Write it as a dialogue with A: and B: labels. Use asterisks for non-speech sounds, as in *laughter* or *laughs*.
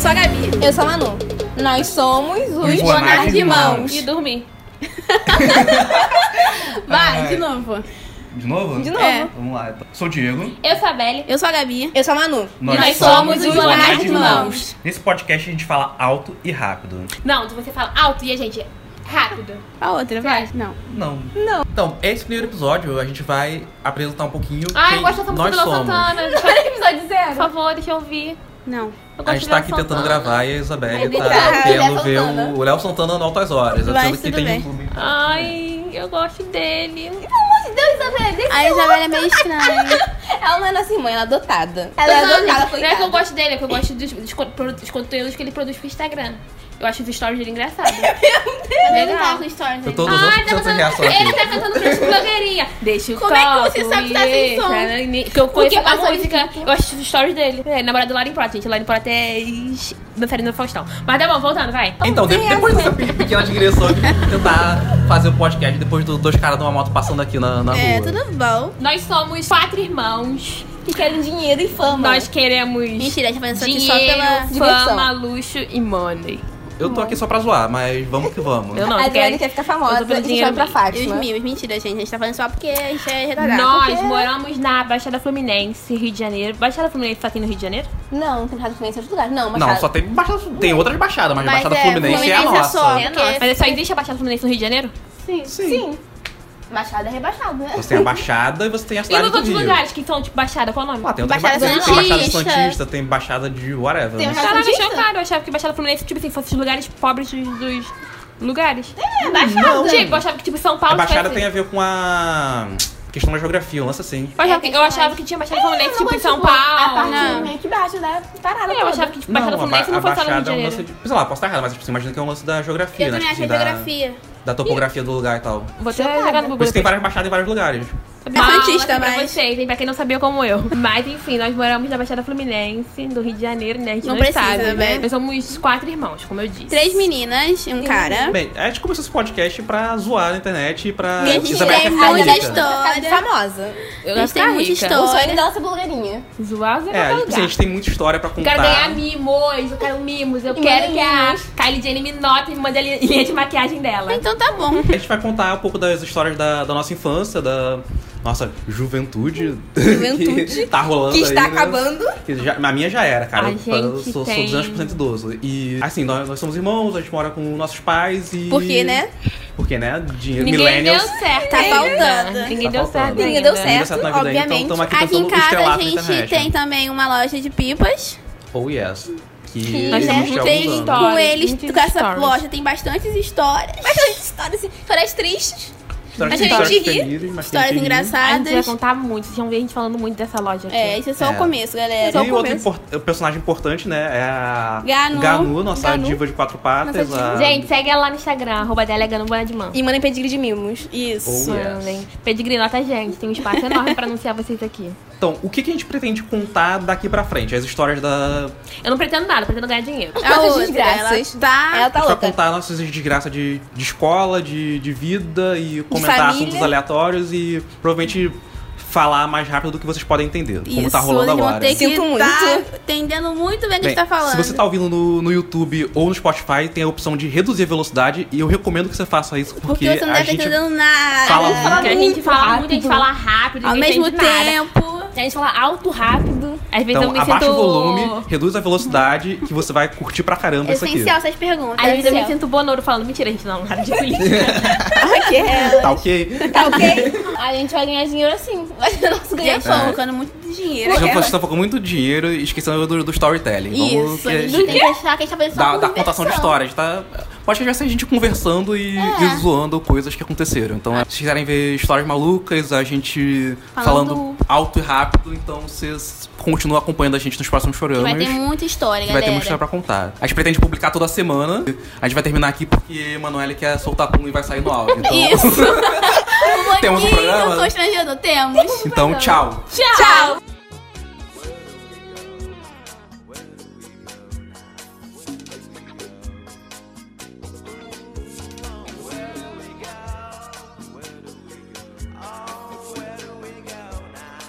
A: sou a Gabi.
B: Eu sou a Manu. Nós somos os
C: Os Bonar de
B: Mãos.
C: Mãos.
A: E dormir.
B: Vai,
C: Ai.
B: de novo.
C: De novo?
B: De novo.
A: É.
C: Vamos lá. então. Sou o Diego.
A: Eu sou a Belle.
B: Eu sou a Gabi. Eu sou a Manu.
A: E nós somos os Bonar de Mãos.
C: Nesse podcast a gente fala alto e rápido.
A: Não, você fala alto e a gente rápido.
B: A outra, vai. Não.
C: Não. Não.
D: Então, esse primeiro episódio a gente vai apresentar um pouquinho
A: Ah,
D: quem
A: eu gosto dessa
D: nós
A: música do Léo
D: somos.
A: Santana.
D: *laughs*
B: Episódio
A: Por
B: zero.
A: favor, deixa eu ouvir.
B: Não.
A: Eu gosto
D: A gente
A: de
D: tá
A: Léo
D: aqui
A: Santana.
D: tentando gravar e a Isabelle
B: É
D: tá
B: verdade, Léo
D: querendo ver
B: Santana.
D: o Léo Santana no Altas Horas.
B: Mas
D: sendo que
B: tudo
D: tem
B: bem.
D: um clube.
A: Ai, eu gosto dele.
B: A Isabela é meio estranha. ela não é nossa irmã, ela é adotada. Ela é
A: Não,
B: adotada,
A: Não é que eu
B: coitada.
A: gosto dele, é que eu gosto dos, dos con- pro- dos conteúdos que ele produz pro Instagram. Eu acho os stories dele engraçado. É legal.
D: Eu tô nos
A: Ai,
D: outros 100
A: tá cantando,
D: reação
A: ele
D: aqui.
A: tá cantando pra blogueirinha. *laughs* Deixa o
B: Como é que
A: copo
B: você sabe que tá
A: ir,
B: sem som?
A: carani- Que eu
B: Porque
A: conheço a
B: passa
A: música, eu acho os stories dele. É, namorado do Larin Prota, gente. Larin Prota é ex- da Ferina Faustão. Mas tá bom, voltando, vai.
D: Então, de-
B: Tem
D: depois
B: essa.
D: dessa pe- pequena digressão de tentar fazer o podcast depois dos dois caras de uma moto passando aqui na, na
B: É,
D: rua.
B: tudo bom.
A: Nós somos quatro irmãos.
B: Que querem dinheiro e fama.
A: Nós queremos
B: Mentira, a gente faz isso aqui
A: dinheiro,
B: só pela
A: fama,
B: diversão.
A: luxo e money.
D: Eu tô aqui só pra zoar, mas vamos que vamos.
A: Eu não,
B: a
A: eu
B: Adriane
A: quero...
B: quer ficar famosa,
A: eu tô pelo
B: a gente
A: dinheiro
B: vai pra
A: mesmo.
B: Fátima.
E: E os mimos, mentira, gente. A gente tá falando só porque a gente é retardado.
A: Nós
B: porque-
A: moramos na Baixada Fluminense, Rio de Janeiro. Baixada Fluminense tá aqui no Rio de Janeiro?
B: Não, tem rádio fluminense em outros lugares. Não, mas
D: Não,
B: rádio-
D: só tem baixada, tem outras baixadas, mas,
E: Mas
D: baixada
E: é,
D: Fluminense, é a
E: Fluminense é
D: nossa.
E: só.
A: É
E: Porque-
A: nossa. Mas só existe a Baixada Fluminense no Rio de Janeiro?
D: Sim.
B: Machado é rebaixado, né?
D: Você tem a baixada e você tem a
A: E
D: cidade
A: nos
D: do
A: outros
D: Rio.
A: lugares que são, tipo, Baixada, qual é o nome?
D: Ah, tem outras
E: Baixada
D: baixadas, tem Baixada
E: Santista. um
D: Santista, tem Baixada de whatever.
E: Tá
B: Tem
D: né?
B: Baixada
A: Caralho,
B: Santista?
A: chocado. Eu achava que Baixada Fluminense, tipo assim, fosse os lugares pobres dos, dos lugares.
D: Não.
A: Tipo, eu achava que, tipo, São
D: A
A: Paulo...
D: Baixada
A: tivesse-
D: tem a ver com a questão da geografia, um lance assim.
A: Eu
E: É,
A: achava, que, eu achava que tinha Baixada Fluminense, tipo, em São Paulo.
B: A parte
E: Não.
B: meio que baixa da parada.
A: É, eu
B: toda.
A: achava que tipo, Baixada
D: a ba-
A: Fluminense não
D: a
A: fosse só no Rio
D: Baixada
A: de
D: é um
A: Janeiro.
D: lance de. Sei lá, posso estar errado, mas tipo, imagina que é um lance da geografia,
E: Eu
D: né?
E: também
D: Tipo,
E: achei
D: da,
E: geografia.
D: da topografia do lugar e tal.
A: Vou até jogar no
D: Por
A: Google.
D: isso que tem várias baixadas em vários lugares.
A: Uma aula
E: Santista,
A: aqui pra
E: É mas-
A: vocês, hein? Pra quem não sabia como eu. Mas enfim, nós moramos na Baixada Fluminense, do Rio de Janeiro, né? A gente não,
E: Não precisa,
A: sabe,
E: né?
A: Nós somos quatro irmãos, como eu disse.
E: Três meninas e um cara.
D: Bem, a gente começou esse podcast pra zoar na internet e pra.
E: E a gente é
D: Isabela
E: tem
D: quer ficar
E: muita
D: rica.
B: Ficada
E: história.
B: famosa.
A: Eu
E: Eles têm muita
B: O
E: história.
B: sonho dela é ser blogueirinha.
A: Zoar, você
D: É,
A: vai
D: tipo assim, a
A: lugar.
D: gente tem muita história pra
A: Eu
D: contar.
A: quero ganhar mimos, eu quero mimos, eu
B: Me
A: quero
B: manda
A: que a Kylie Jenner me note e me mande a li- *laughs* linha de maquiagem dela.
E: Então tá bom.
D: A gente vai contar um pouco das histórias da, da nossa infância, da nossa juventude. *laughs* que
B: Juventude.
D: tá rolando
B: Que está
D: aí, né?
B: acabando.
D: Que já- a minha já era, cara.
A: A
D: eu eu
A: gente
D: sou,
A: tem-
D: sou 200% idoso. E assim, nós, nós somos irmãos, a gente mora com nossos pais e.
E: Por quê, né?
D: Porque, né? Dinheiro.
A: Ninguém deu
D: millennials.
A: certo.
E: Tá
A: ainda.
E: faltando.
A: Ninguém
D: Tá
A: deu
D: faltando.
A: certo.
B: Ninguém
A: ainda.
D: Ninguém
B: deu
D: deu
B: certo,
D: certo na vida, então
B: obviamente.
D: estamos aqui
E: Aqui em
D: tentando
E: casa
D: estrelato
E: a
D: na
E: gente
D: internet. né?
E: tem também uma loja de pipas.
D: Oh yes. Que
A: Nós
D: existe
A: temos
D: há alguns anos.
A: três histórias.
E: Com eles,
A: muitas
E: com essa
A: histórias.
E: loja tem bastantes histórias.
B: Bastante histórias, assim, histórias tristes.
D: Histórias
E: A gente
D: tristes,
B: ri,
D: felizes, mas tem
E: Histórias
D: que rir.
A: A gente vai
E: engraçadas.
A: contar muito, vocês vão ver a gente falando muito dessa loja aqui.
E: É, isso é só
D: É.
E: o começo, galera.
D: E outro import- personagem importante, né? É a
E: Ganu.
D: nossa
E: Ganu.
D: diva de quatro patas.
E: Nossa
D: a-
A: Gente, segue ela lá no Instagram, arroba dela é Ganubana de Mão.
B: E mandem pedigree de mimos.
D: Oh,
B: Isso.
D: yes.
A: Pedigree nota a gente, tem um espaço enorme pra anunciar vocês aqui.
D: Então, o que, que a gente pretende contar daqui pra frente? As histórias
E: Tá
D: da.
A: Eu não pretendo nada, eu pretendo ganhar dinheiro.
E: A
B: Quantas
E: outra,
B: desgraças.
E: ela tá...
B: Ela tá
D: a gente vai
B: louca.
D: contar nossas desgraças de, de escola, de, de vida e comentar
B: família.
D: assuntos aleatórios e provavelmente falar mais rápido do que vocês podem entender. como tá
E: Isso,
D: rolando
E: eles vão
D: agora.
E: ter que
B: Sinto muito.
E: tá entendendo muito bem o
D: Bem,
E: que a gente tá falando.
D: Se você tá ouvindo no, no YouTube ou no Spotify, tem a opção de reduzir a velocidade e eu recomendo que você faça isso porque,
E: Porque você não
D: a
E: deve estar
D: gente
E: entendendo nada.
D: fala um muito.
A: Porque a gente fala muito, a gente fala rápido,
E: É. Ao
A: ninguém
E: mesmo
A: entende nada.
E: tempo.
A: A gente fala alto, rápido. Às vezes eu
D: Então,
A: me
D: abaixa
A: sinto.
D: o volume, reduz a velocidade, que você vai curtir pra caramba
E: É
D: isso aqui.
E: essencial essas perguntas. É
A: Às vezes eu me
E: essencial.
A: sinto bonoro falando, mentira, a gente não, nada de
B: *laughs*
A: política.
D: Tá ok?
B: Tá ok? A gente vai ganhar dinheiro assim. Vai
E: *laughs*
B: ser nosso
E: Ganha
B: ganha-pão.
D: É.
E: pão, colocando muito dinheiro.
D: Já vocês estão focando muito dinheiro e esquecendo do, do storytelling. Vamos
E: Isso,
D: que
E: a
D: a
E: gente tem
D: gente-
E: que achar que a gente tá fazendo só
D: da,
E: uma
D: da contação de
E: diversão.
D: histórias, tá? Pode vai ser a gente conversando e,
E: É.
D: e zoando coisas que aconteceram. Então, se quiserem ver histórias malucas, a gente falando,
E: Falando-
D: alto e rápido, então vocês continuam acompanhando a gente nos próximos programas.
E: Vai ter muita história,
D: que vai ter muita história
E: galera.
D: pra contar. A gente pretende publicar toda semana. A gente vai terminar aqui porque a Manoela quer soltar pum e vai sair no áudio. Então,
E: Isso. Um *laughs*
D: Temos um
E: pouquinho
D: programa?
E: constrangedor, um
D: *laughs*
E: temos.
D: então tchau.
E: Tchau.